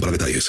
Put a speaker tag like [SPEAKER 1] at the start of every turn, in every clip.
[SPEAKER 1] para detalles.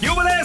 [SPEAKER 2] ¡Yúbele!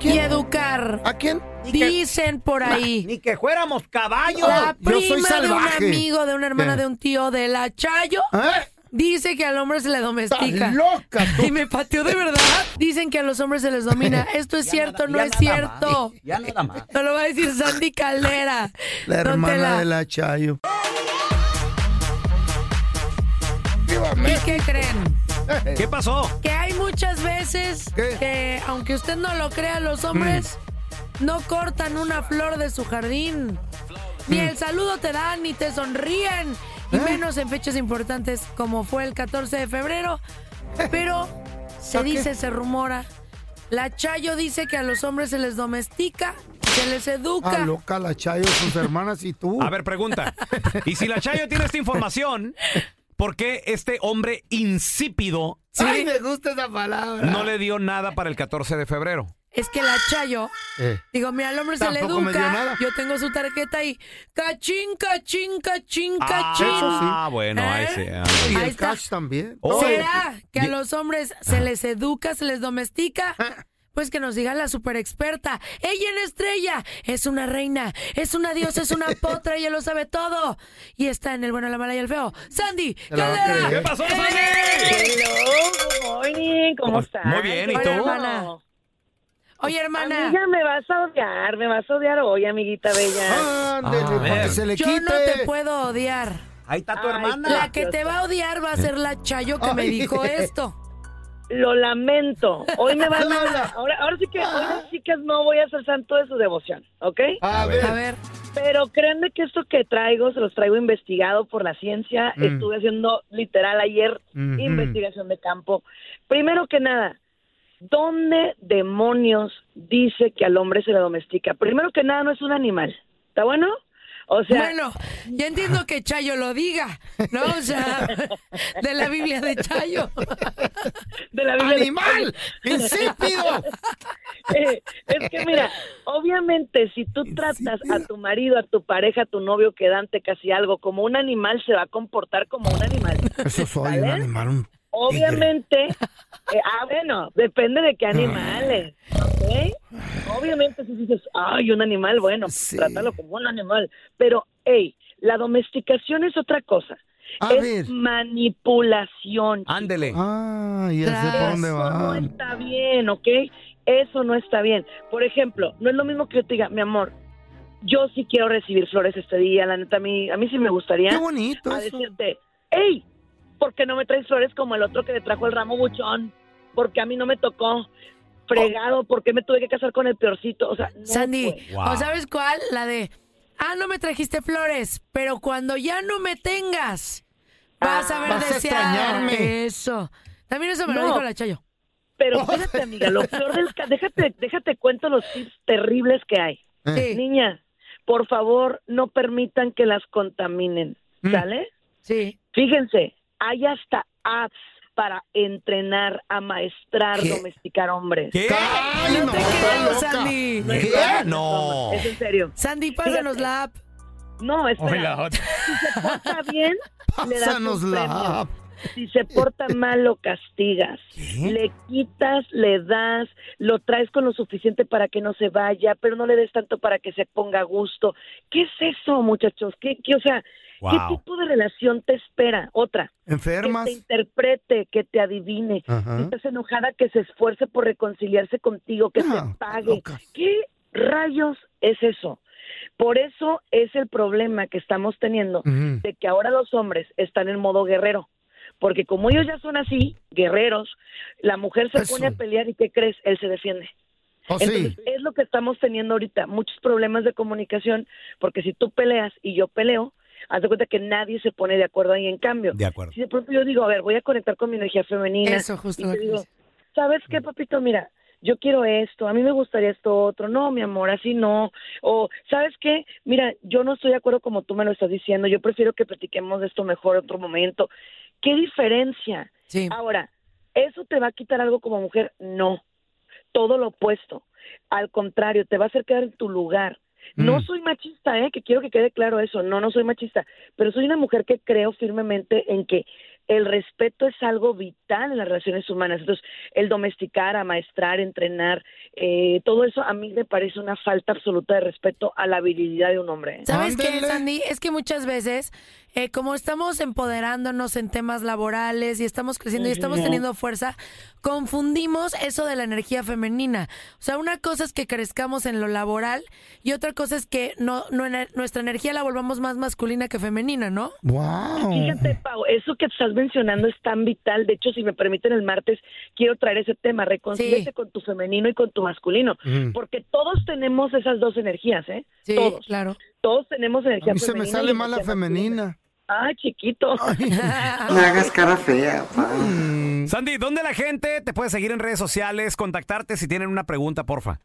[SPEAKER 3] y educar.
[SPEAKER 4] ¿A quién?
[SPEAKER 3] Dicen por ahí.
[SPEAKER 5] Ni que fuéramos caballos.
[SPEAKER 3] La
[SPEAKER 5] Yo
[SPEAKER 3] prima
[SPEAKER 5] soy
[SPEAKER 3] de un
[SPEAKER 5] salvaje.
[SPEAKER 3] amigo, de una hermana,
[SPEAKER 5] ¿Qué? ¿Ah?
[SPEAKER 3] de un tío, de la Chayo.
[SPEAKER 4] ¿Eh?
[SPEAKER 3] Dice que al hombre se le domestica.
[SPEAKER 5] ¡Estás loca
[SPEAKER 3] Y me pateó de verdad. Dicen que a los hombres se les domina. Esto es cierto, no
[SPEAKER 5] ya
[SPEAKER 3] es
[SPEAKER 5] nada
[SPEAKER 3] cierto.
[SPEAKER 5] más, ya nada más.
[SPEAKER 3] No lo va a decir Sandy Caldera.
[SPEAKER 4] La
[SPEAKER 3] Don Tela.
[SPEAKER 4] hermana de la Chayo.
[SPEAKER 3] ¿Y qué creen?
[SPEAKER 2] ¿Qué pasó?
[SPEAKER 3] Que hay muchas veces que, aunque usted no lo crea, los hombres
[SPEAKER 4] Mm.
[SPEAKER 3] no cortan una flor de su jardín. Ni
[SPEAKER 4] Mm.
[SPEAKER 3] el saludo te dan, ni te sonríen. Y
[SPEAKER 4] ¿Eh?
[SPEAKER 3] menos en fechas importantes como fue el 14 de febrero.
[SPEAKER 4] ¿Eh?
[SPEAKER 3] Pero se dice, se rumora. La Chayo dice que a los hombres se les domestica, se les
[SPEAKER 4] Ah,
[SPEAKER 3] educa.
[SPEAKER 4] loca la Chayo, sus hermanas y
[SPEAKER 6] Uh.
[SPEAKER 4] tú.
[SPEAKER 2] A ver, pregunta. Y si la Chayo tiene esta información, ¿por qué este hombre insípido
[SPEAKER 4] Ay, me gusta esa palabra.
[SPEAKER 2] no le dio nada para el 14 de febrero?
[SPEAKER 3] Es que la Chayo
[SPEAKER 4] Eh.
[SPEAKER 3] Digo, mira, al hombre se le
[SPEAKER 4] Tampoco me dio
[SPEAKER 3] educa.
[SPEAKER 4] nada.
[SPEAKER 3] Yo tengo su tarjeta ahí. Cachín, cachín, cachín, cachín.
[SPEAKER 2] Ah, bueno, ahí sí.
[SPEAKER 3] ¿Eh?
[SPEAKER 2] ah.
[SPEAKER 4] Y
[SPEAKER 3] Ahí
[SPEAKER 4] el
[SPEAKER 3] está.
[SPEAKER 4] cash también.
[SPEAKER 2] Oh,
[SPEAKER 3] ¿Será que a los hombres se les educa, se les domestica?
[SPEAKER 4] Ah.
[SPEAKER 3] Pues que nos diga la super experta. Ella en estrella es una reina, es una diosa, es una potra, ella lo sabe todo. Y está en el bueno, la mala y el feo. Sandy,
[SPEAKER 4] Te la va a
[SPEAKER 3] Caldera.
[SPEAKER 4] creer.
[SPEAKER 2] ¿Qué pasó, Sandy?
[SPEAKER 7] Hello, good morning, ¿cómo estás?
[SPEAKER 2] Muy bien, ¿y
[SPEAKER 3] Hola,
[SPEAKER 2] tú?
[SPEAKER 3] hermana. Oye, hermana,
[SPEAKER 7] Amiga, me vas a odiar, me vas a odiar hoy, amiguita bella.
[SPEAKER 2] Ah,
[SPEAKER 4] Ándele,
[SPEAKER 2] A
[SPEAKER 4] para que
[SPEAKER 2] ver.
[SPEAKER 4] se le
[SPEAKER 3] yo
[SPEAKER 4] quite.
[SPEAKER 3] no te puedo odiar.
[SPEAKER 5] Ahí está tu
[SPEAKER 7] Ay,
[SPEAKER 5] hermana.
[SPEAKER 3] La que te va a odiar va a ser la Chayo que me
[SPEAKER 4] Ay.
[SPEAKER 3] dijo esto.
[SPEAKER 7] Lo lamento. Hoy me vas
[SPEAKER 4] Lola.
[SPEAKER 7] a... Ahora, ahora sí que, hoy, chicas, no voy a ser santo de su devoción, ¿ok?
[SPEAKER 2] Ah,
[SPEAKER 4] A
[SPEAKER 3] A
[SPEAKER 4] ver.
[SPEAKER 3] ver.
[SPEAKER 7] Pero créanme que esto que traigo, se los traigo investigado por la ciencia. Estuve haciendo literal ayer
[SPEAKER 4] Mm. Ujú.
[SPEAKER 7] investigación de campo. Primero que nada, ¿dónde demonios dice que al hombre se le domestica? Primero que nada, no es un animal. ¿Está bueno? O sea,
[SPEAKER 3] Bueno, ya entiendo que Chayo lo diga, ¿no? O sea, de la Biblia de Chayo.
[SPEAKER 7] de la Biblia de-
[SPEAKER 4] ¡Animal! ¡Insípido!
[SPEAKER 7] Eh, es que mira, obviamente si tú tratas a tu marido, a tu pareja, a tu novio quedante casi algo como un animal, se va a comportar como un animal.
[SPEAKER 4] Eso soy, un
[SPEAKER 3] ¿Eh?
[SPEAKER 7] ¿Vale?
[SPEAKER 4] animal. un-
[SPEAKER 7] Obviamente, eh, ah, bueno, depende de qué animales. ¿ok? Obviamente, si dices, ay, un animal, bueno, pues,
[SPEAKER 4] Sí.
[SPEAKER 7] trátalo como un animal. Pero, hey, la domesticación es otra cosa.
[SPEAKER 4] A
[SPEAKER 7] es
[SPEAKER 4] ver.
[SPEAKER 7] manipulación.
[SPEAKER 2] Ándele.
[SPEAKER 4] Ah, ya sé por
[SPEAKER 3] Tras-
[SPEAKER 4] dónde
[SPEAKER 7] Eso no
[SPEAKER 4] van.
[SPEAKER 7] está bien, ¿ok? Eso no está bien. Por ejemplo, no es lo mismo que yo te diga, mi amor, yo sí quiero recibir flores este día, la neta, a mí, a mí sí me gustaría
[SPEAKER 4] Qué bonito
[SPEAKER 7] a
[SPEAKER 4] eso.
[SPEAKER 7] decirte, hey, ¿por qué no me traes flores como el otro que le trajo el ramo buchón? Porque a mí no me tocó. Fregado, ¿por qué me tuve que casar con el peorcito? O sea, no,
[SPEAKER 3] Sandy,
[SPEAKER 7] pues.
[SPEAKER 3] ¿o sabes cuál? La de, ah, no me trajiste flores, pero cuando ya no me tengas, vas a ver
[SPEAKER 7] Ah, Vas a extrañarme.
[SPEAKER 3] Eso. También eso me lo
[SPEAKER 7] No.
[SPEAKER 3] dijo la Chayo.
[SPEAKER 7] Pero espérate, amiga, lo peor del ca- déjate, déjate cuento los tips terribles que hay.
[SPEAKER 3] Sí.
[SPEAKER 7] Niña, por favor, no permitan que las contaminen, ¿sale?
[SPEAKER 3] Sí.
[SPEAKER 7] Fíjense, hay hasta apps para entrenar, amaestrar, domesticar hombres.
[SPEAKER 2] ¿Qué?
[SPEAKER 3] no te creo, Sandy.
[SPEAKER 2] ¿Neta? No.
[SPEAKER 7] Es en serio.
[SPEAKER 3] Sandy, pásanos
[SPEAKER 7] Fíjate.
[SPEAKER 3] la app.
[SPEAKER 7] No, espera. Se porta bien, le das
[SPEAKER 4] Pásanos
[SPEAKER 7] un
[SPEAKER 4] la
[SPEAKER 7] premio.
[SPEAKER 4] app.
[SPEAKER 7] Si se porta mal, lo castigas. Le quitas, le das, lo traes con lo suficiente para que no se vaya, pero no le des tanto para que se ponga a gusto. ¿Qué es eso, muchachos? ¿Qué, qué, o sea, ¿qué
[SPEAKER 2] Wow.
[SPEAKER 7] tipo de relación te espera? Otra.
[SPEAKER 4] ¿Enfermas?
[SPEAKER 7] Que te interprete, que te adivine.
[SPEAKER 4] Ajá.
[SPEAKER 7] Si estás enojada, que se esfuerce por reconciliarse contigo, que
[SPEAKER 4] No,
[SPEAKER 7] te pague.
[SPEAKER 4] loca.
[SPEAKER 7] ¿Qué rayos es eso? Por eso es el problema que estamos teniendo
[SPEAKER 4] Ujú.
[SPEAKER 7] de que ahora los hombres están en modo guerrero. Porque como ellos ya son así, guerreros, la mujer se
[SPEAKER 4] Eso.
[SPEAKER 7] pone a pelear y ¿qué crees? Él se defiende.
[SPEAKER 4] Oh,
[SPEAKER 7] Entonces,
[SPEAKER 4] sí.
[SPEAKER 7] es lo que estamos teniendo ahorita, muchos problemas de comunicación, porque si tú peleas y yo peleo, haz de cuenta que nadie se pone de acuerdo ahí en cambio.
[SPEAKER 2] De acuerdo.
[SPEAKER 7] Si de pronto yo digo, a ver, voy a conectar con mi energía femenina.
[SPEAKER 3] Eso, justo
[SPEAKER 7] y
[SPEAKER 3] lo
[SPEAKER 7] te
[SPEAKER 3] que
[SPEAKER 7] digo,
[SPEAKER 3] dice.
[SPEAKER 7] ¿sabes qué, papito? Mira, yo quiero esto, a mí me gustaría esto otro. No, mi amor, así no. O, ¿sabes qué? Mira, yo no estoy de acuerdo como tú me lo estás diciendo. Yo prefiero que platiquemos de esto mejor otro momento. ¿Qué diferencia?
[SPEAKER 3] Sí.
[SPEAKER 7] Ahora, ¿eso te va a quitar algo como mujer? No, todo lo opuesto. Al contrario, te va a hacer quedar en tu lugar. No
[SPEAKER 4] Mm.
[SPEAKER 7] soy machista, ¿eh? que quiero que quede claro eso. No, no soy machista, pero soy una mujer que creo firmemente en que el respeto es algo vital en las relaciones humanas. Entonces, el domesticar, amaestrar, entrenar, eh, todo eso a mí me parece una falta absoluta de respeto a la virilidad de un hombre. ¿eh?
[SPEAKER 3] ¿Sabes qué,
[SPEAKER 4] Ándele.
[SPEAKER 3] Sandy? Es que muchas veces, eh, como estamos empoderándonos en temas laborales y estamos creciendo y estamos teniendo fuerza, confundimos eso de la energía femenina. O sea, una cosa es que crezcamos en lo laboral y otra cosa es que no, no ener- nuestra energía la volvamos más masculina que femenina, ¿no?
[SPEAKER 4] Wow.
[SPEAKER 7] Fíjate, Pau, eso que estás mencionando es tan vital. De hecho, si me permiten el martes, quiero traer ese tema. Reconcíliate
[SPEAKER 3] Sí.
[SPEAKER 7] con tu femenino y con tu masculino.
[SPEAKER 4] Mm.
[SPEAKER 7] Porque todos tenemos esas dos energías, ¿eh?
[SPEAKER 3] Sí,
[SPEAKER 7] todos.
[SPEAKER 3] claro.
[SPEAKER 7] Todos tenemos
[SPEAKER 4] A
[SPEAKER 7] energía
[SPEAKER 4] mí se me
[SPEAKER 7] femenina
[SPEAKER 4] sale
[SPEAKER 7] y
[SPEAKER 4] más la
[SPEAKER 7] energía masculina.
[SPEAKER 4] femenina.
[SPEAKER 7] Ay, chiquito.
[SPEAKER 8] No hagas cara fea, pa.
[SPEAKER 2] Sandy, ¿dónde la gente te puede seguir en redes sociales, contactarte si tienen una pregunta, porfa?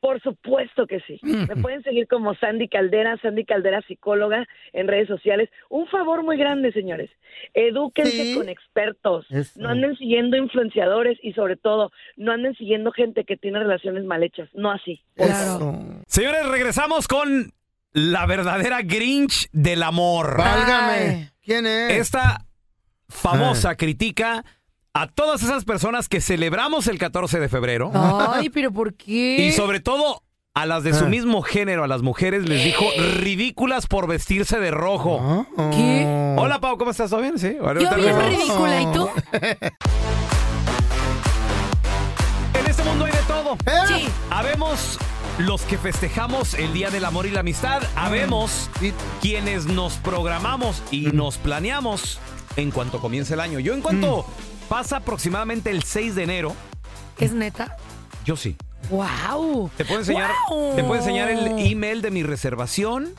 [SPEAKER 7] Por supuesto que sí.
[SPEAKER 3] Mm.
[SPEAKER 7] Me pueden seguir como Sandy Caldera, Sandy Caldera psicóloga en redes sociales. Un favor muy grande, señores. Edúquense
[SPEAKER 4] Sí.
[SPEAKER 7] con expertos.
[SPEAKER 4] Eso.
[SPEAKER 7] No anden siguiendo influenciadores y sobre todo, no anden siguiendo gente que tiene relaciones mal hechas. No así.
[SPEAKER 4] Eso.
[SPEAKER 2] Señores, regresamos con la verdadera Grinch del amor.
[SPEAKER 4] Válgame. ¿Quién es?
[SPEAKER 2] Esta famosa critica a todas esas personas que celebramos el 14 de febrero
[SPEAKER 3] Ay, pero ¿por qué?
[SPEAKER 2] y sobre todo a las
[SPEAKER 3] Ah.
[SPEAKER 2] de su mismo género, a las mujeres, les dijo ridículas por vestirse de rojo.
[SPEAKER 4] Ah, ah.
[SPEAKER 6] Mm,
[SPEAKER 3] ¿Qué?
[SPEAKER 2] Hola, Pau, ¿cómo estás? ¿Todo bien? Sí. Bueno,
[SPEAKER 3] Yo
[SPEAKER 2] ahorita
[SPEAKER 3] bien
[SPEAKER 2] regresamos.
[SPEAKER 3] ridícula, ¿y tú?
[SPEAKER 2] En este mundo hay de todo.
[SPEAKER 3] Sí.
[SPEAKER 2] Habemos los que festejamos el Día del Amor y la Amistad. Habemos
[SPEAKER 4] Y-
[SPEAKER 2] quienes nos programamos y nos planeamos en cuanto comience el año. Yo en cuanto pasa aproximadamente el 6 de enero,
[SPEAKER 3] ¿Es neta?
[SPEAKER 2] yo sí.
[SPEAKER 3] ¡Wow!
[SPEAKER 2] Te puedo enseñar,
[SPEAKER 3] ¡Guau!
[SPEAKER 2] te puedo enseñar el email de mi reservación,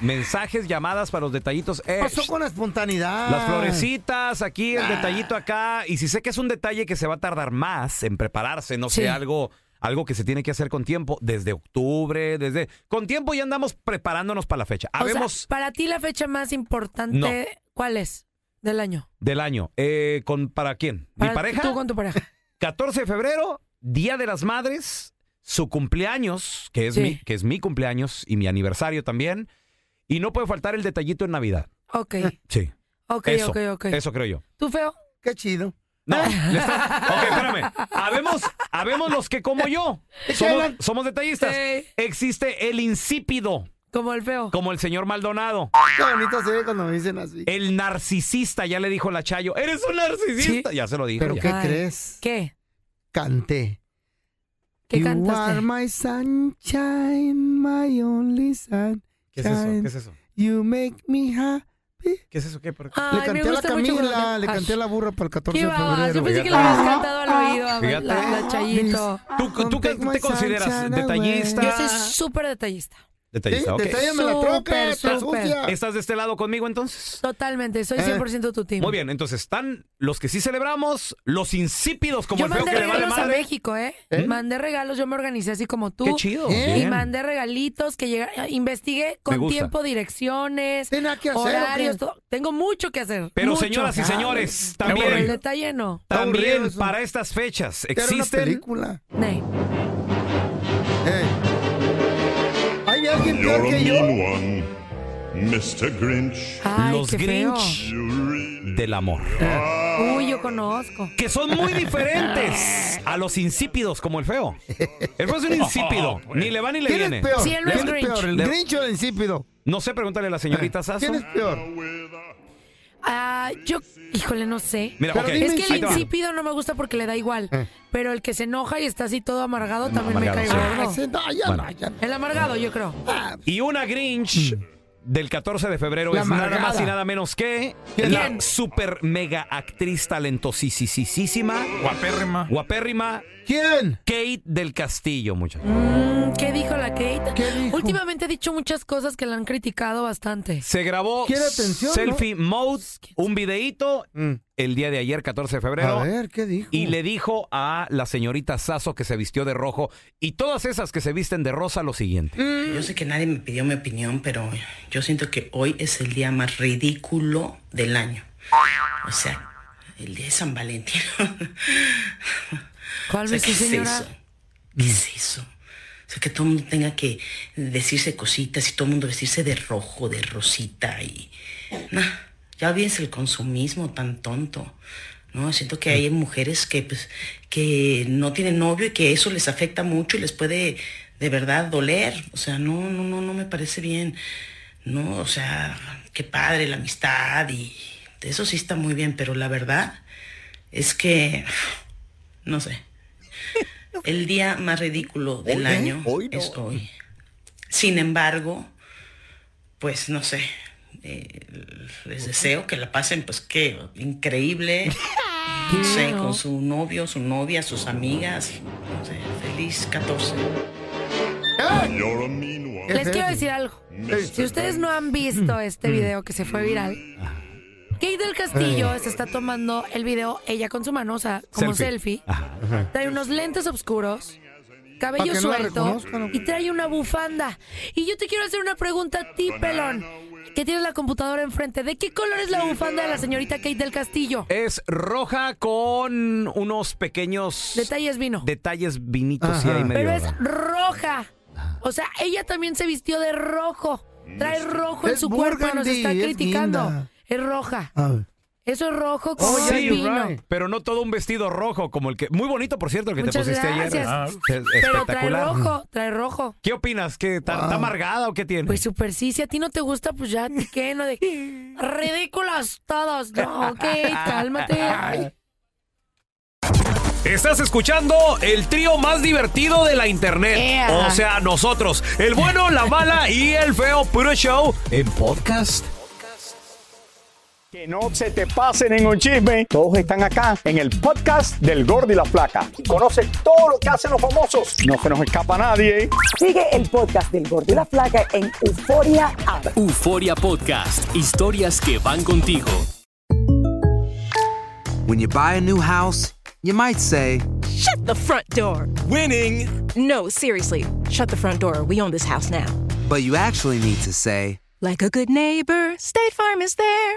[SPEAKER 2] mensajes, llamadas para los detallitos. Eh,
[SPEAKER 4] Pasó con la espontaneidad.
[SPEAKER 3] Ah.
[SPEAKER 2] las florecitas, aquí el detallito acá. Y si sé que es un detalle que se va a tardar más en prepararse, no
[SPEAKER 3] Sí.
[SPEAKER 2] sé, algo, algo que se tiene que hacer con tiempo, desde octubre, desde. Con tiempo ya andamos preparándonos para la fecha.
[SPEAKER 3] O sea,
[SPEAKER 2] Habemos
[SPEAKER 3] para ti la fecha más importante,
[SPEAKER 2] No.
[SPEAKER 3] ¿cuál es? Del año.
[SPEAKER 2] del año. Eh, ¿con, ¿Para quién? ¿Mi
[SPEAKER 3] Para-
[SPEAKER 2] pareja?
[SPEAKER 3] Tú con tu pareja.
[SPEAKER 2] 14 de febrero, Día de las Madres, su cumpleaños, que es,
[SPEAKER 3] Sí.
[SPEAKER 2] mi, que es mi cumpleaños y mi aniversario también. Y no puede faltar el detallito en Navidad.
[SPEAKER 3] Ok,
[SPEAKER 2] Sí.
[SPEAKER 3] ok,
[SPEAKER 2] eso,
[SPEAKER 3] ok, ok.
[SPEAKER 2] Eso creo yo.
[SPEAKER 3] ¿Tú feo?
[SPEAKER 4] Qué chido.
[SPEAKER 2] No,
[SPEAKER 3] Ah.
[SPEAKER 2] le está- Ok, espérame. Habemos, habemos los que como yo. Somos,
[SPEAKER 4] hablan?
[SPEAKER 2] somos detallistas.
[SPEAKER 3] Sí.
[SPEAKER 2] Existe el insípido,
[SPEAKER 3] Como el feo.
[SPEAKER 2] como el señor Maldonado.
[SPEAKER 4] Qué bonito se ve cuando me dicen así.
[SPEAKER 2] El narcisista, ya le dijo la Chayo. Eres un narcisista. Ya se lo dijo.
[SPEAKER 4] ¿Pero
[SPEAKER 2] ya.
[SPEAKER 4] qué
[SPEAKER 3] Ay.
[SPEAKER 4] crees?
[SPEAKER 3] ¿Qué?
[SPEAKER 4] Canté.
[SPEAKER 3] ¿Qué
[SPEAKER 4] you
[SPEAKER 3] cantaste?
[SPEAKER 4] are my sunshine, my only sunshine.
[SPEAKER 2] ¿Qué es eso? ¿Qué es eso?
[SPEAKER 4] You make me happy.
[SPEAKER 2] ¿Qué es eso? ¿Qué? ¿Por qué?
[SPEAKER 3] Ay,
[SPEAKER 4] le canté
[SPEAKER 3] me
[SPEAKER 4] a la
[SPEAKER 3] gusta mucho
[SPEAKER 4] Camila,
[SPEAKER 3] cuando-
[SPEAKER 4] le
[SPEAKER 3] Ay,
[SPEAKER 4] canté a la burra para el 14
[SPEAKER 3] Qué
[SPEAKER 4] de
[SPEAKER 3] babas, yo
[SPEAKER 4] febrero.
[SPEAKER 3] pensé que le habías cantado al oído a la,
[SPEAKER 2] Fíjate.
[SPEAKER 3] la Chayito.
[SPEAKER 2] ¿Tú, tú qué te consideras? ¿Detallista?
[SPEAKER 3] Yo soy súper detallista.
[SPEAKER 2] Detallista, ok.
[SPEAKER 4] detállame la troca, está sucia.
[SPEAKER 2] ¿Estás de este lado conmigo entonces?
[SPEAKER 3] Totalmente, soy 100% tu team.
[SPEAKER 2] Eh, Muy bien, entonces están los que sí celebramos, los insípidos como
[SPEAKER 3] Yo
[SPEAKER 2] el feo
[SPEAKER 3] mandé
[SPEAKER 2] que le vale
[SPEAKER 3] regalos a
[SPEAKER 2] madre.
[SPEAKER 3] México, ¿eh?
[SPEAKER 2] ¿Eh?
[SPEAKER 3] Mandé regalos, yo me organicé así como tú.
[SPEAKER 2] Qué chido.
[SPEAKER 3] Y
[SPEAKER 2] Bien.
[SPEAKER 3] mandé regalitos que llegaron. Investigué
[SPEAKER 2] Me
[SPEAKER 3] con
[SPEAKER 2] gusta.
[SPEAKER 3] tiempo, direcciones,
[SPEAKER 4] hacer,
[SPEAKER 3] horarios,
[SPEAKER 4] ¿o qué?
[SPEAKER 3] todo. Tengo mucho que hacer.
[SPEAKER 2] Pero
[SPEAKER 3] mucho. Ah,
[SPEAKER 2] señoras y señores, también-
[SPEAKER 3] Pero el detalle no.
[SPEAKER 2] También para estas fechas
[SPEAKER 4] Era una
[SPEAKER 2] existen
[SPEAKER 4] película.
[SPEAKER 3] Ney.
[SPEAKER 4] ¿Hay alguien
[SPEAKER 9] You're
[SPEAKER 4] peor
[SPEAKER 9] a
[SPEAKER 4] que yo?
[SPEAKER 9] mean one, Mr. Grinch.
[SPEAKER 2] los Grinch del amor.
[SPEAKER 3] Uy, yo conozco.
[SPEAKER 2] Que son muy diferentes a los insípidos como el feo. El feo es un insípido, ni le va ni le
[SPEAKER 4] pues. ¿Quién
[SPEAKER 2] viene.
[SPEAKER 4] Es peor?
[SPEAKER 3] Sí, él no
[SPEAKER 2] Le-
[SPEAKER 3] es
[SPEAKER 2] le-
[SPEAKER 3] Grinch.
[SPEAKER 4] peor, el
[SPEAKER 2] le-
[SPEAKER 4] Grinch o el insípido?
[SPEAKER 2] No sé, pregúntale a la señorita Sasso.
[SPEAKER 4] ¿Quién es peor?
[SPEAKER 3] Ah, yo, híjole, no sé.
[SPEAKER 2] Mira, Pero ok. dime
[SPEAKER 3] Es que el
[SPEAKER 2] ahí te va.
[SPEAKER 3] insípido no me gusta porque le da igual.
[SPEAKER 4] Eh.
[SPEAKER 3] Pero el que se enoja y está así todo amargado también me
[SPEAKER 2] amargado,
[SPEAKER 3] cae
[SPEAKER 2] sí.
[SPEAKER 3] gordo.
[SPEAKER 4] Ah, Sí, no, ya
[SPEAKER 2] Bueno.
[SPEAKER 4] no, ya no.
[SPEAKER 3] El amargado, yo creo.
[SPEAKER 2] Y una Grinch del 14 de febrero
[SPEAKER 4] La
[SPEAKER 2] es nada
[SPEAKER 4] amargada.
[SPEAKER 2] más y nada menos que
[SPEAKER 4] ¿Quién?
[SPEAKER 2] la super mega actriz talentosísima,
[SPEAKER 10] Guapérrima.
[SPEAKER 2] guapérrima
[SPEAKER 4] ¿Quién?
[SPEAKER 2] Kate del Castillo, muchachos.
[SPEAKER 3] Mm, ¿Qué dijo la Kate?
[SPEAKER 4] ¿Qué dijo?
[SPEAKER 3] Últimamente ha dicho muchas cosas que la han criticado bastante.
[SPEAKER 2] Se grabó
[SPEAKER 4] Quiere atención, ¿no?
[SPEAKER 2] selfie mode, un videíto
[SPEAKER 4] Mm.
[SPEAKER 2] el día de ayer, 14 de
[SPEAKER 4] A
[SPEAKER 2] febrero.
[SPEAKER 4] ver, ¿qué dijo?
[SPEAKER 2] Y le dijo a la señorita Sasso que se vistió de rojo y todas esas que se visten de rosa lo siguiente.
[SPEAKER 4] Mm.
[SPEAKER 11] Yo sé que nadie me pidió mi opinión, pero yo siento que hoy es el día más ridículo del año. O sea, el día de San Valentín.
[SPEAKER 3] ¿Cuál
[SPEAKER 11] O sea,
[SPEAKER 3] vez,
[SPEAKER 11] ¿qué es
[SPEAKER 3] señora?
[SPEAKER 11] eso? ¿Qué es eso? O sea, que todo el mundo tenga que decirse cositas y todo el mundo vestirse de rojo, de rosita y... Nah, ya olvídense el consumismo tan tonto. No, siento que hay mujeres que, pues, que no tienen novio y que eso les afecta mucho y les puede de verdad doler. O sea, no, no, no, no me parece bien. No, o sea, qué padre la amistad y eso sí está muy bien, pero la verdad es que, no sé. El día más ridículo del
[SPEAKER 4] Hoy, ¿eh?
[SPEAKER 11] año
[SPEAKER 4] Hoy no.
[SPEAKER 11] es hoy. Sin embargo, pues no sé. eh, les deseo que la pasen, pues qué increíble. No sé,
[SPEAKER 3] Claro.
[SPEAKER 11] con su novio, su novia, sus amigas. No sé, feliz 14.
[SPEAKER 4] ¡Eh!
[SPEAKER 9] You're a mean one,
[SPEAKER 3] Les quiero decir algo. Si ustedes no han visto este video que se fue viral, Kate del Castillo se está tomando el video ella con su mano, o sea, como selfie. Trae unos lentes oscuros,
[SPEAKER 4] Pa'
[SPEAKER 3] cabello
[SPEAKER 4] que no la
[SPEAKER 3] suelto
[SPEAKER 4] reconozcan,
[SPEAKER 3] y trae una bufanda. Y yo te quiero hacer una pregunta a ti, pelón, que tienes la computadora enfrente. ¿De qué color es la bufanda de la señorita Kate del Castillo?
[SPEAKER 4] Eh,
[SPEAKER 2] Es roja con unos pequeños
[SPEAKER 3] Detalles vino.
[SPEAKER 2] detalles vinitos y
[SPEAKER 4] Ajá.
[SPEAKER 2] ahí medio.
[SPEAKER 3] Pero es roja. O sea, ella también se vistió de rojo. Trae rojo en
[SPEAKER 4] Mm. Es
[SPEAKER 3] su cuerpo y nos
[SPEAKER 4] burgundy,
[SPEAKER 3] está
[SPEAKER 4] es
[SPEAKER 3] criticando.
[SPEAKER 4] guinda.
[SPEAKER 3] Es roja.
[SPEAKER 4] A ver.
[SPEAKER 3] Eso es rojo como
[SPEAKER 4] Oh,
[SPEAKER 3] el
[SPEAKER 4] sí,
[SPEAKER 3] vino.
[SPEAKER 4] right.
[SPEAKER 2] Pero no todo un vestido rojo como el que. Muy bonito, por cierto, el que te
[SPEAKER 3] Muchas
[SPEAKER 2] pusiste ayer.
[SPEAKER 3] gracias.
[SPEAKER 4] Ah,
[SPEAKER 2] Es- es
[SPEAKER 3] Pero trae
[SPEAKER 2] espectacular.
[SPEAKER 3] rojo, trae rojo.
[SPEAKER 2] ¿Qué opinas? ¿Que está, está amargada o qué tiene?
[SPEAKER 3] Pues super sí, si a ti no te gusta, pues ya te qué, no de ridículas todos. No, ok, cálmate.
[SPEAKER 2] Estás escuchando el trío más divertido de la internet.
[SPEAKER 3] Ea.
[SPEAKER 2] O sea, nosotros, el bueno, la mala y el feo puro show en podcast.
[SPEAKER 12] Que no se te pase ningún chisme. Todos están acá en el podcast del Gordi y la Flaca. Y conoce todo lo que hacen los famosos. No se nos escapa nadie.
[SPEAKER 8] Sigue el podcast del Gordo y la Flaca en Euforia App.
[SPEAKER 13] Euforia Podcast, historias que van contigo.
[SPEAKER 14] When you buy a new house, you might say,
[SPEAKER 15] Shut the front door. Winning. No, seriously. Shut the front door. We own this house now.
[SPEAKER 14] but you actually need to say,
[SPEAKER 15] Like a good neighbor, State Farm is there.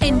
[SPEAKER 15] En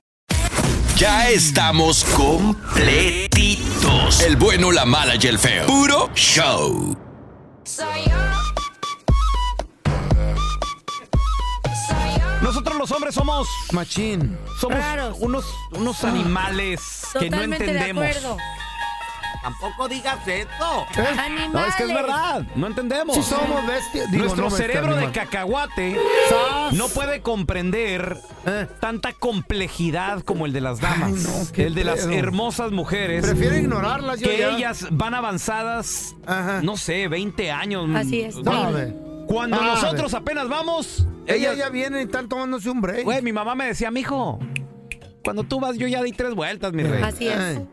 [SPEAKER 16] Ya estamos completitos. El bueno, la mala y el feo. Puro show.
[SPEAKER 2] Nosotros los hombres somos. Machín. Somos unos, unos animales que no
[SPEAKER 5] Totalmente de
[SPEAKER 2] entendemos.
[SPEAKER 5] acuerdo. Tampoco digas eso.
[SPEAKER 2] No, es que es verdad. No entendemos.
[SPEAKER 4] Sí somos bestias. Digo,
[SPEAKER 2] Nuestro
[SPEAKER 4] no bestias,
[SPEAKER 2] cerebro de
[SPEAKER 4] animal.
[SPEAKER 2] cacahuate
[SPEAKER 4] ¡Sas! Eh.
[SPEAKER 2] no puede comprender tanta complejidad como el de las damas.
[SPEAKER 4] qué
[SPEAKER 2] el de las
[SPEAKER 4] pedo.
[SPEAKER 2] hermosas mujeres.
[SPEAKER 4] Prefiero ignorarlas yo
[SPEAKER 2] Que
[SPEAKER 4] ya.
[SPEAKER 2] ellas van avanzadas, no sé, 20 años. mm,
[SPEAKER 4] Así es.
[SPEAKER 2] Güey,
[SPEAKER 4] Sabe.
[SPEAKER 2] Cuando
[SPEAKER 4] Sabe.
[SPEAKER 2] nosotros apenas vamos.
[SPEAKER 4] Ellas
[SPEAKER 2] ellas-
[SPEAKER 4] ya vienen y están tomándose un break.
[SPEAKER 2] Güey, mi mamá me decía, mijo, cuando tú vas, yo ya di tres vueltas, mi rey.
[SPEAKER 4] Así es. Ay.